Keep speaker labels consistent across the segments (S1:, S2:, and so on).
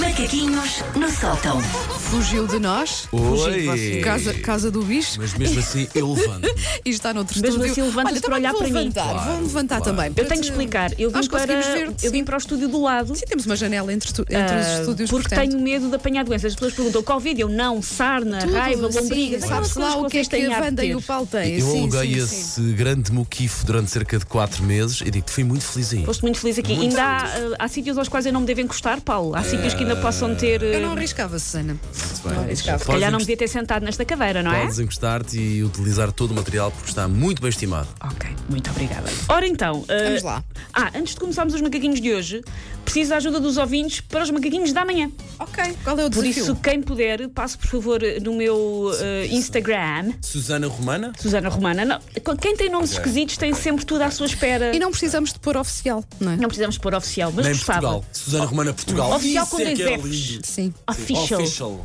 S1: Macaquinhos no sótão.
S2: Fugiu de nós.
S3: Oi.
S2: Fugiu de vocês. Casa, casa do bicho.
S3: Mas mesmo assim, eu levanto.
S2: E está noutro
S4: Mesmo
S2: estúdio.
S4: assim, levantas
S2: Olha,
S4: para
S2: também
S4: olhar
S2: vou
S4: para mim.
S2: levantar,
S3: Claro,
S2: Vou levantar
S3: claro.
S2: também.
S4: Eu tenho que explicar. Eu vim,
S2: Nós
S4: para,
S2: conseguimos ver-te,
S4: eu vim
S2: sim.
S4: para o estúdio do lado.
S2: Sim, temos uma janela entre, estu- entre os
S4: ah,
S2: estúdios,
S4: porque
S2: portanto.
S4: tenho medo de apanhar doenças. As pessoas perguntam Covid, eu não, sarna,
S2: Tudo,
S4: raiva,
S2: sim,
S4: lombriga. Sabe
S2: Sabe-se lá o que é que a banda e o pau têm.
S3: Eu
S2: sim,
S3: aluguei
S2: sim,
S3: esse
S2: sim.
S3: grande moquifo durante cerca de 4 meses e digo-te, fui muito feliz aí.
S4: Foste muito feliz aqui.
S3: Muito
S4: ainda há, ah, há sítios aos quais eu não me devo encostar, Paulo. Há sítios que ainda possam ter.
S2: Eu não arriscava, Susana.
S4: Ah,
S3: Bem,
S2: não arriscava.
S3: podes
S4: Se calhar não
S3: encost-
S4: devia ter sentado nesta cadeira, não é?
S3: Podes encostar-te e utilizar todo o material porque está muito bem estimado.
S4: Ok, muito obrigada. Ora então. ah,
S2: Vamos lá.
S4: Ah, antes de começarmos os macaquinhos de hoje, preciso da ajuda dos ouvintes para os macaquinhos da manhã.
S2: Ok. Qual é o
S4: Por
S2: desafio?
S4: isso, quem puder, passe por favor no meu ah, Instagram.
S3: Susana Romana?
S4: Susana Romana. Não, quem tem
S3: é.
S4: nomes esquisitos tem sempre tudo à sua espera.
S2: E não precisamos de pôr oficial, não é?
S4: Não precisamos pôr oficial, mas
S3: Nem
S4: gostava.
S3: Portugal. Susana Romana Portugal.
S4: Oficial
S3: Isso
S4: com
S3: é que
S4: dois
S3: era
S4: Fs.
S3: lindo.
S2: Sim.
S4: Official.
S3: Official.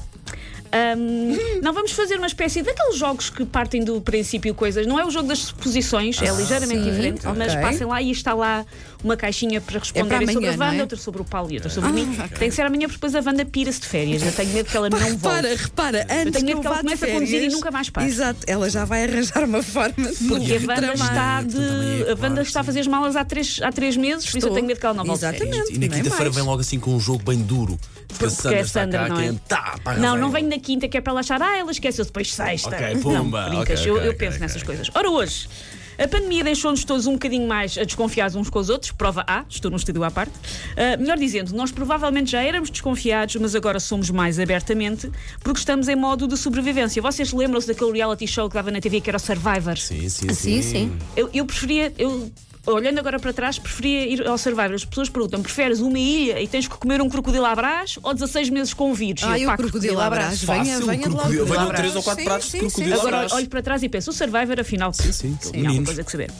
S4: Um, não vamos fazer uma espécie daqueles jogos que partem do princípio coisas. Não é o jogo das suposições,
S3: Ah,
S4: é ligeiramente
S2: sim,
S4: diferente,
S2: ok. É
S4: mas passem lá e está lá uma caixinha para responderem
S2: amanhã,
S4: sobre a
S2: não
S4: Wanda,
S2: é?
S4: outra sobre o Paulo e outra sobre
S2: Ah,
S4: mim.
S2: ok.
S4: Tem que ser amanhã porque depois a Wanda pira-se de férias. Eu tenho medo que ela não volte.
S2: Repara, repara,
S4: Eu
S2: antes
S4: tenho
S2: que
S4: medo
S2: eu
S4: que ela
S2: vá de
S4: comece a conduzir e
S2: férias-
S4: nunca mais pare.
S2: Exato, ela já vai arranjar uma forma de
S4: Porque a Wanda
S2: tramar.
S4: está
S3: Tu também é,
S4: de. A Wanda
S3: claro,
S4: está a
S3: sim.
S4: fazer as malas há três, há três meses, por isso eu
S2: Estou.
S4: tenho medo que ela não volte. de férias.
S2: Exatamente.
S3: E na
S2: Não é
S3: quinta-feira
S2: mais.
S3: vem logo assim com um jogo bem duro. Porque a Sandra
S4: é
S3: está
S4: Sandra,
S3: cá,
S4: não
S3: que
S4: é?
S3: tá, pá,
S4: Não, não
S3: arrasar.
S4: venho na quinta que é para ela achar, ah, ela esqueceu depois sexta.
S3: Ok,
S4: não,
S3: pumba,
S4: brincas,
S3: ok,
S4: eu,
S3: ok,
S4: eu
S3: ok,
S4: penso
S3: ok,
S4: nessas
S3: ok.
S4: coisas. Ora, hoje, a pandemia deixou-nos todos um bocadinho mais a desconfiados uns com os outros, prova A, estou num estúdio à parte. Ah, melhor dizendo, nós provavelmente já éramos desconfiados, mas agora somos mais abertamente, porque estamos em modo de sobrevivência. Vocês lembram-se daquele reality show que dava na TV que era o Survivor?
S3: Sim, sim,
S4: Ah,
S2: Sim,
S3: sim.
S2: sim.
S4: Eu, eu preferia. Eu, Olhando agora para trás, preferia ir ao Survivor. As pessoas perguntam: preferes uma ilha e tens que comer um crocodilo à brás ou 16 meses com vírus?
S2: Ah, e o
S4: pá,
S2: crocodilo abraço. Venha,
S3: Fácil,
S2: venha de
S3: o
S2: lá.
S3: crocodilo.
S2: o
S3: Venham
S2: abraço.
S3: três ou quatro
S2: Sim,
S3: pratos de
S2: sim,
S3: crocodilo
S2: sim,
S3: abraço.
S4: Agora olho para trás e penso, o Survivor afinal sim,
S3: sim, aquele
S4: há uma
S3: menino.
S4: coisa que saber.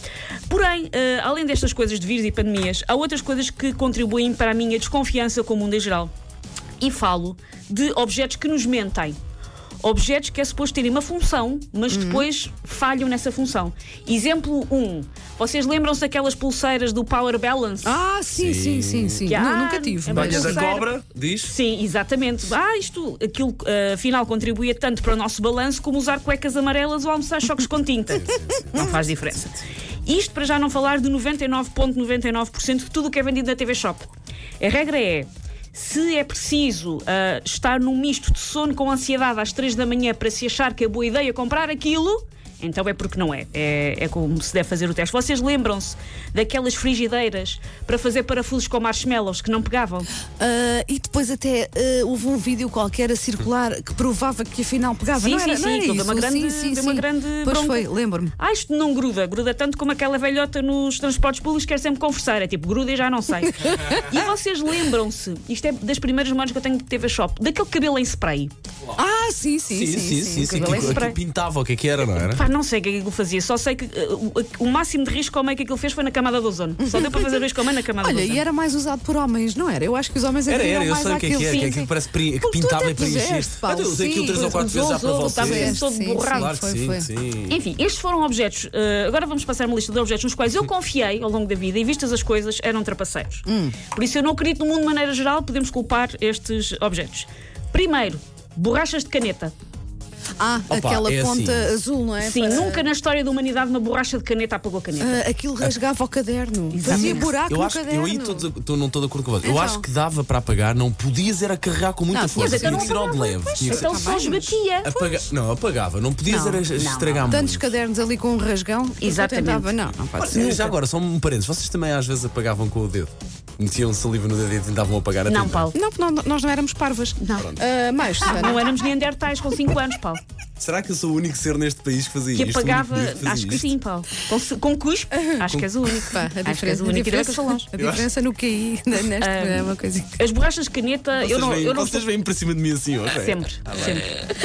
S4: Porém, eh, além destas coisas de vírus e pandemias, há outras coisas que contribuem para a minha desconfiança com o mundo em geral. E falo de objetos que nos mentem. Objetos que é suposto terem uma função, mas depois falham nessa função. Exemplo 1. Vocês lembram-se daquelas pulseiras do Power Balance?
S2: Ah, sim, sim, sim, sim.
S4: Que há-
S2: Nu- Nunca tive.
S4: é
S2: mas-
S3: Olha
S4: Olha,
S3: da
S4: Susana.
S3: cobra, diz.
S4: Sim, exatamente. Ah, isto, aquilo, eh, afinal, contribuía tanto para o nosso balanço como usar cuecas amarelas ou almoçar choques com tinta. Não faz diferença. Isto para já não falar de 99,99% de tudo o que é vendido na TV Shop. A regra é. Se é preciso ah, estar num misto de sono com ansiedade às 3 da manhã para se achar que é boa ideia comprar aquilo, então é porque não é. É, é como se deve fazer o teste. Vocês lembram-se daquelas frigideiras para fazer parafusos com marshmallows que não pegavam?
S2: Ah, e depois até ah, houve um vídeo qualquer a circular que provava que afinal pegava.
S4: Sim,
S2: não era,
S4: sim,
S2: não era
S4: sim,
S2: isso.
S4: deu uma grande-
S2: sim, sim,
S4: deu uma
S2: sim.
S4: grande
S2: Pois
S4: bronca.
S2: foi, lembro-me.
S4: Ah, isto não gruda, gruda tanto como aquela velhota nos transportes públicos quer sempre conversar. É tipo, gruda e já não sei. e vocês lembram-se, isto é das primeiras memórias que eu tenho de TV Shop, daquele cabelo em spray.
S2: Ah, sim, sim, sim.
S4: sim. cabelo é
S3: Aquilo-
S4: spray.
S3: aquilo pintava o que é que era, não era?
S4: Pá, não sei o que é que aquilo fazia, só sei que uh, o, o máximo de risco ao meio que aquilo fez foi na camada do ozono. Só deu para fazer risco ao meio na camada do
S2: Olha,
S4: ozono.
S2: e era mais usado por homens, não era? Eu acho que os homens
S3: Era,
S2: aderiam
S3: era, eu
S2: mais
S3: sei o que é que é, que é
S2: àquilo.
S3: aquilo que parece preen- que
S2: Porque tu
S3: pintava
S2: até
S3: e preenchia.
S2: puseste, Paulo,
S3: Ah, eu usei aquilo
S2: sim,
S3: três
S2: pois,
S3: ou quatro vezes já para
S4: usou, usou,
S3: vocês.
S4: estava todo
S2: Sim, sim,
S4: borrado.
S3: Claro que
S2: Foi,
S3: sim,
S2: foi.
S3: sim.
S4: Enfim, estes foram objetos. eh, agora vamos passar uma lista de objetos nos quais eu confiei ao longo da vida e, vistas as coisas, eram trapaceiros.
S3: Hum.
S4: Por isso, eu não acredito no mundo de maneira geral, podemos culpar estes objetos. Primeiro, borrachas de caneta.
S2: Ah, aquela
S3: é
S2: ponta
S3: assim.
S2: azul, não é?
S4: Sim,
S2: Para-
S4: nunca na história da humanidade uma borracha de caneta apagou a caneta.
S2: Ah, aquilo rasgava o caderno. Fazia
S4: Exatamente.
S2: buraco
S3: Eu
S2: no
S3: acho que
S2: caderno.
S3: eu aí tô de- tô- não estou de acordo com você. Eu
S2: Então.
S3: acho que dava para apagar, não podias era carregar com muita
S2: Não,
S3: força.
S2: mas então
S3: Tinha
S2: não
S3: que ser ao de leve. Tinha que ser-
S4: então só
S2: tá bem, mas-
S4: esbatia.
S3: Apaga- Não, apagava. Não podias
S2: Não,
S3: era
S2: não,
S3: estragar
S2: Tantos
S3: muito.
S2: cadernos ali com um rasgão. que eu
S4: Exatamente.
S2: Tentava, não, não pode ser.
S3: Olha, Já agora, só um parênteses. Vocês também às vezes apagavam com o dedo. Metiam saliva no dedo e tentavam apagar a
S4: Não,
S3: tinta.
S4: Paulo.
S2: Não, não, nós não éramos parvas. Não. mais, Susana.
S4: Ah, Não é. éramos neandertais com 5 anos, Paulo.
S3: Será que eu sou o único ser neste país que fazia
S4: Que
S3: isto? O
S4: apagava.
S3: único país fazia
S4: Acho que
S3: isto?
S4: sim, Paulo. Com, se- com cuspe? Acho que és o único.
S2: Pá, a
S4: Acho que és
S2: diferença,
S4: o
S2: a
S4: único. E deu que
S2: diferença,
S4: falar.
S2: a diferença no QI
S4: Ah,
S2: neste programa é uma coisa que.
S4: As borrachas de caneta, eu
S3: Vocês
S4: não.
S3: vêm-
S4: eu não
S3: vocês vêm para cima de mim assim, ok?
S4: Sempre, sempre.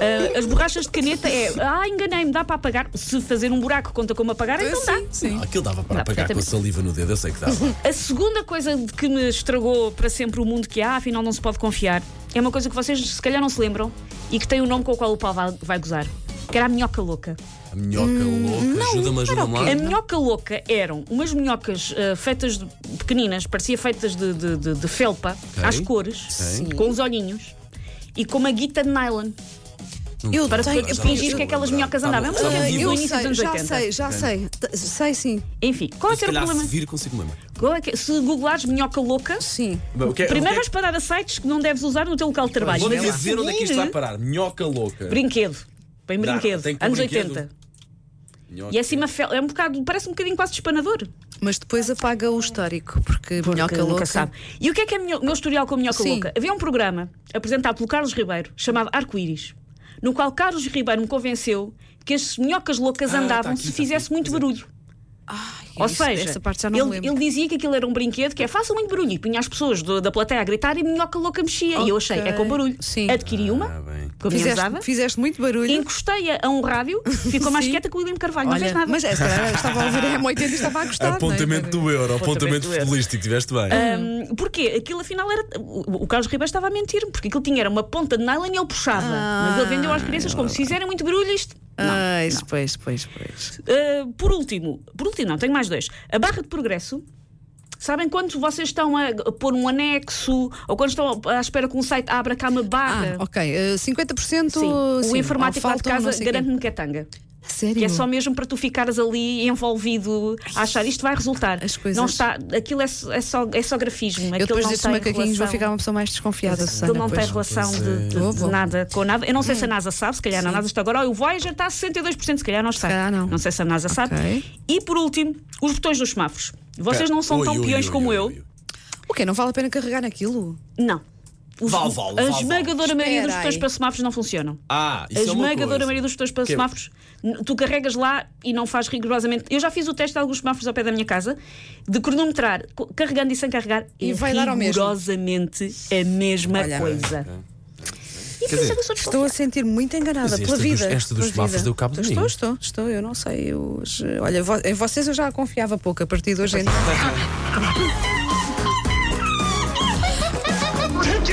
S4: Ah, as borrachas de caneta é. Ah, enganei-me, dá para apagar. Se fazer um buraco conta como apagar, então dá.
S2: sim, sim.
S3: Ah, Aquilo dava para
S4: Dá,
S3: apagar com a
S4: perfeitamente.
S3: saliva no dedo, eu sei que dava.
S4: A segunda coisa de que me estragou para sempre o mundo que há, afinal não se pode confiar, é uma um coisa que vocês se calhar não se lembram e que tem o nome com o qual o Paulo vai, vai gozar, que era a minhoca louca.
S3: A Minhoca louca, ajuda-me, ajuda-me lá.
S4: A minhoca louca eram umas minhocas ah, feitas de, pequeninas, parecia feitas de, de- de- de felpa,
S3: Ok.
S4: às cores,
S3: Sim.
S4: com os olhinhos e com uma guita de nylon.
S2: Eu
S4: Para
S2: tenho-
S4: que-
S2: já-
S4: fingir
S2: eu-
S4: que aquelas
S3: Ah, já-
S4: minhocas
S3: tá
S4: andavam.
S3: bom,
S4: Mas
S3: tá
S4: era
S3: bom.
S4: desde o
S2: eu
S4: início
S2: sei,
S4: dos anos
S2: já
S4: 80.
S2: sei, já sei. T- Sei sim.
S4: Enfim, qual é que
S3: Se
S4: era o
S3: calhar
S4: problema?
S3: se vir consigo mesmo.
S4: Qual é que- se googlares minhoca louca,
S2: Sim.
S3: Bom, o que é-
S4: primeiro
S3: o
S4: vais parar a sites que não deves usar no teu local de
S3: que é-
S4: trabalho.
S3: Vou
S4: Mas a
S3: dizer onde é que isto
S4: seguir,
S3: vai parar. Minhoca louca.
S4: Brinquedo. Bem
S3: Dá,
S4: brinquedo.
S3: tem que pôr
S4: Anos
S3: brinquedo.
S4: 80.
S3: Minhoca.
S4: E é assim uma fel... é um bocado, parece um bocadinho quase despanador.
S2: Mas depois apaga o histórico, porque,
S4: que
S2: minhoca
S4: nunca
S2: louca.
S4: sabe. E o que é que é o meu historial com a Minhoca
S2: Sim.
S4: Louca? Havia um programa apresentado pelo Carlos Ribeiro chamado Arco-Íris, no qual Carlos Ribeiro me convenceu que as minhocas loucas
S3: Ah,
S4: andavam
S3: tá aqui,
S4: se
S3: tá
S4: fizesse
S3: aqui.
S4: muito
S3: Pois é.
S4: barulho.
S2: Ai,
S4: Ou
S2: isso-
S4: seja,
S2: essa parte já não me
S4: ele,
S2: lembro.
S4: ele dizia que aquilo era um brinquedo que é faça muito barulho e punha as pessoas do- da plateia a gritar e a minhoca louca mexia. E eu achei, é com barulho.
S2: Sim.
S4: Adquiri uma,
S3: Ah, bem.
S4: que eu me usava,
S2: fizeste, fizeste muito barulho.
S4: encostei-a a um rádio, ficou mais
S2: Sim.
S4: quieta que o William Carvalho, não
S2: Olha,
S4: fez nada.
S2: Mas é, esta era, estava a ouvir a M80 e estava a gostar. é,
S3: Apontamento do euro,
S4: é? Apontamento
S3: apontamento
S4: do euro.
S3: futbolístico, tiveste bem.
S4: Hum, Porque aquilo afinal era. O o Carlos Ribeiro estava a mentir-me, porque aquilo tinha era uma ponta de nylon e ele puxava.
S2: Ah.
S4: Mas ele vendeu às crianças como se fizerem muito barulho isto. Não,
S2: Ai,
S4: não.
S2: pois, pois, pois.
S4: Uh, por último, por último, não, tenho mais dois. A barra de progresso. Sabem quando vocês estão a a pôr um anexo ou quando estão à espera que um site abra cá uma barra?
S2: Ah, ok. eh, 50%
S4: É. Sim, o informático
S2: ou
S4: lá de
S2: falta ou não
S4: casa
S2: sei quê.
S4: garante-me que é tanga.
S2: Sério?
S4: Que é só mesmo para tu ficares ali envolvido a achar isto vai resultar.
S2: As coisas-
S4: Não está, aquilo é, só- é só, é só grafismo.
S2: Eu
S4: aquilo
S2: depois
S4: não
S2: destes
S4: tem
S2: macaquinhos vou
S4: relação.
S2: ficar uma pessoa mais desconfiada,
S4: Aquilo
S2: Susana.
S4: não tem
S2: pois.
S4: relação
S3: pois
S4: de,
S3: é.
S4: de-
S2: Vou,
S4: de
S2: vou. Hum.
S4: nada com nada. Eu não sei se a NASA sabe, se calhar a NASA está agora. "Olha, O Voyager está a 62%, se calhar não está.
S2: calhar não.
S4: sei se a NASA sabe. E por último, os botões dos semáforos. Vocês não são
S3: Ui,
S4: tão
S3: ui,
S4: peões
S3: ui,
S4: como
S3: ui,
S4: eu.
S3: ui.
S2: O quê? Não vale a pena carregar naquilo?
S4: Não. Os-
S3: Val, val,
S4: a
S3: val, val.
S4: esmagadora maioria dos
S2: Espera
S4: botões
S2: aí.
S4: para semáforos não funcionam.
S3: Ah,
S4: a
S3: isso é uma
S4: esmagadora
S3: coisa.
S4: maioria dos botões para
S3: Que- é-
S4: semáforos, n- tu carregas lá e não faz rigorosamente. Eu já fiz o teste de alguns semáforos ao pé da minha casa, de cronometrar, co- carregando e sem carregar,
S2: E
S4: é
S2: vai dar ao mesmo.
S4: rigorosamente a mesma
S2: Olha.
S4: coisa. E por
S3: Quer
S4: isso é
S3: dizer,
S4: que eu sou
S2: Estou a sentir-me muito enganada
S3: Mas este
S2: pela
S3: dos-
S2: vida.
S3: este dos
S2: pela
S3: semáforos
S2: vida.
S3: deu cabo de
S2: Estou,
S3: mim.
S2: estou, estou. Eu não sei. Eu, hoje- olha, vo- em vocês eu já confiava pouco. A partir de hoje...
S1: Take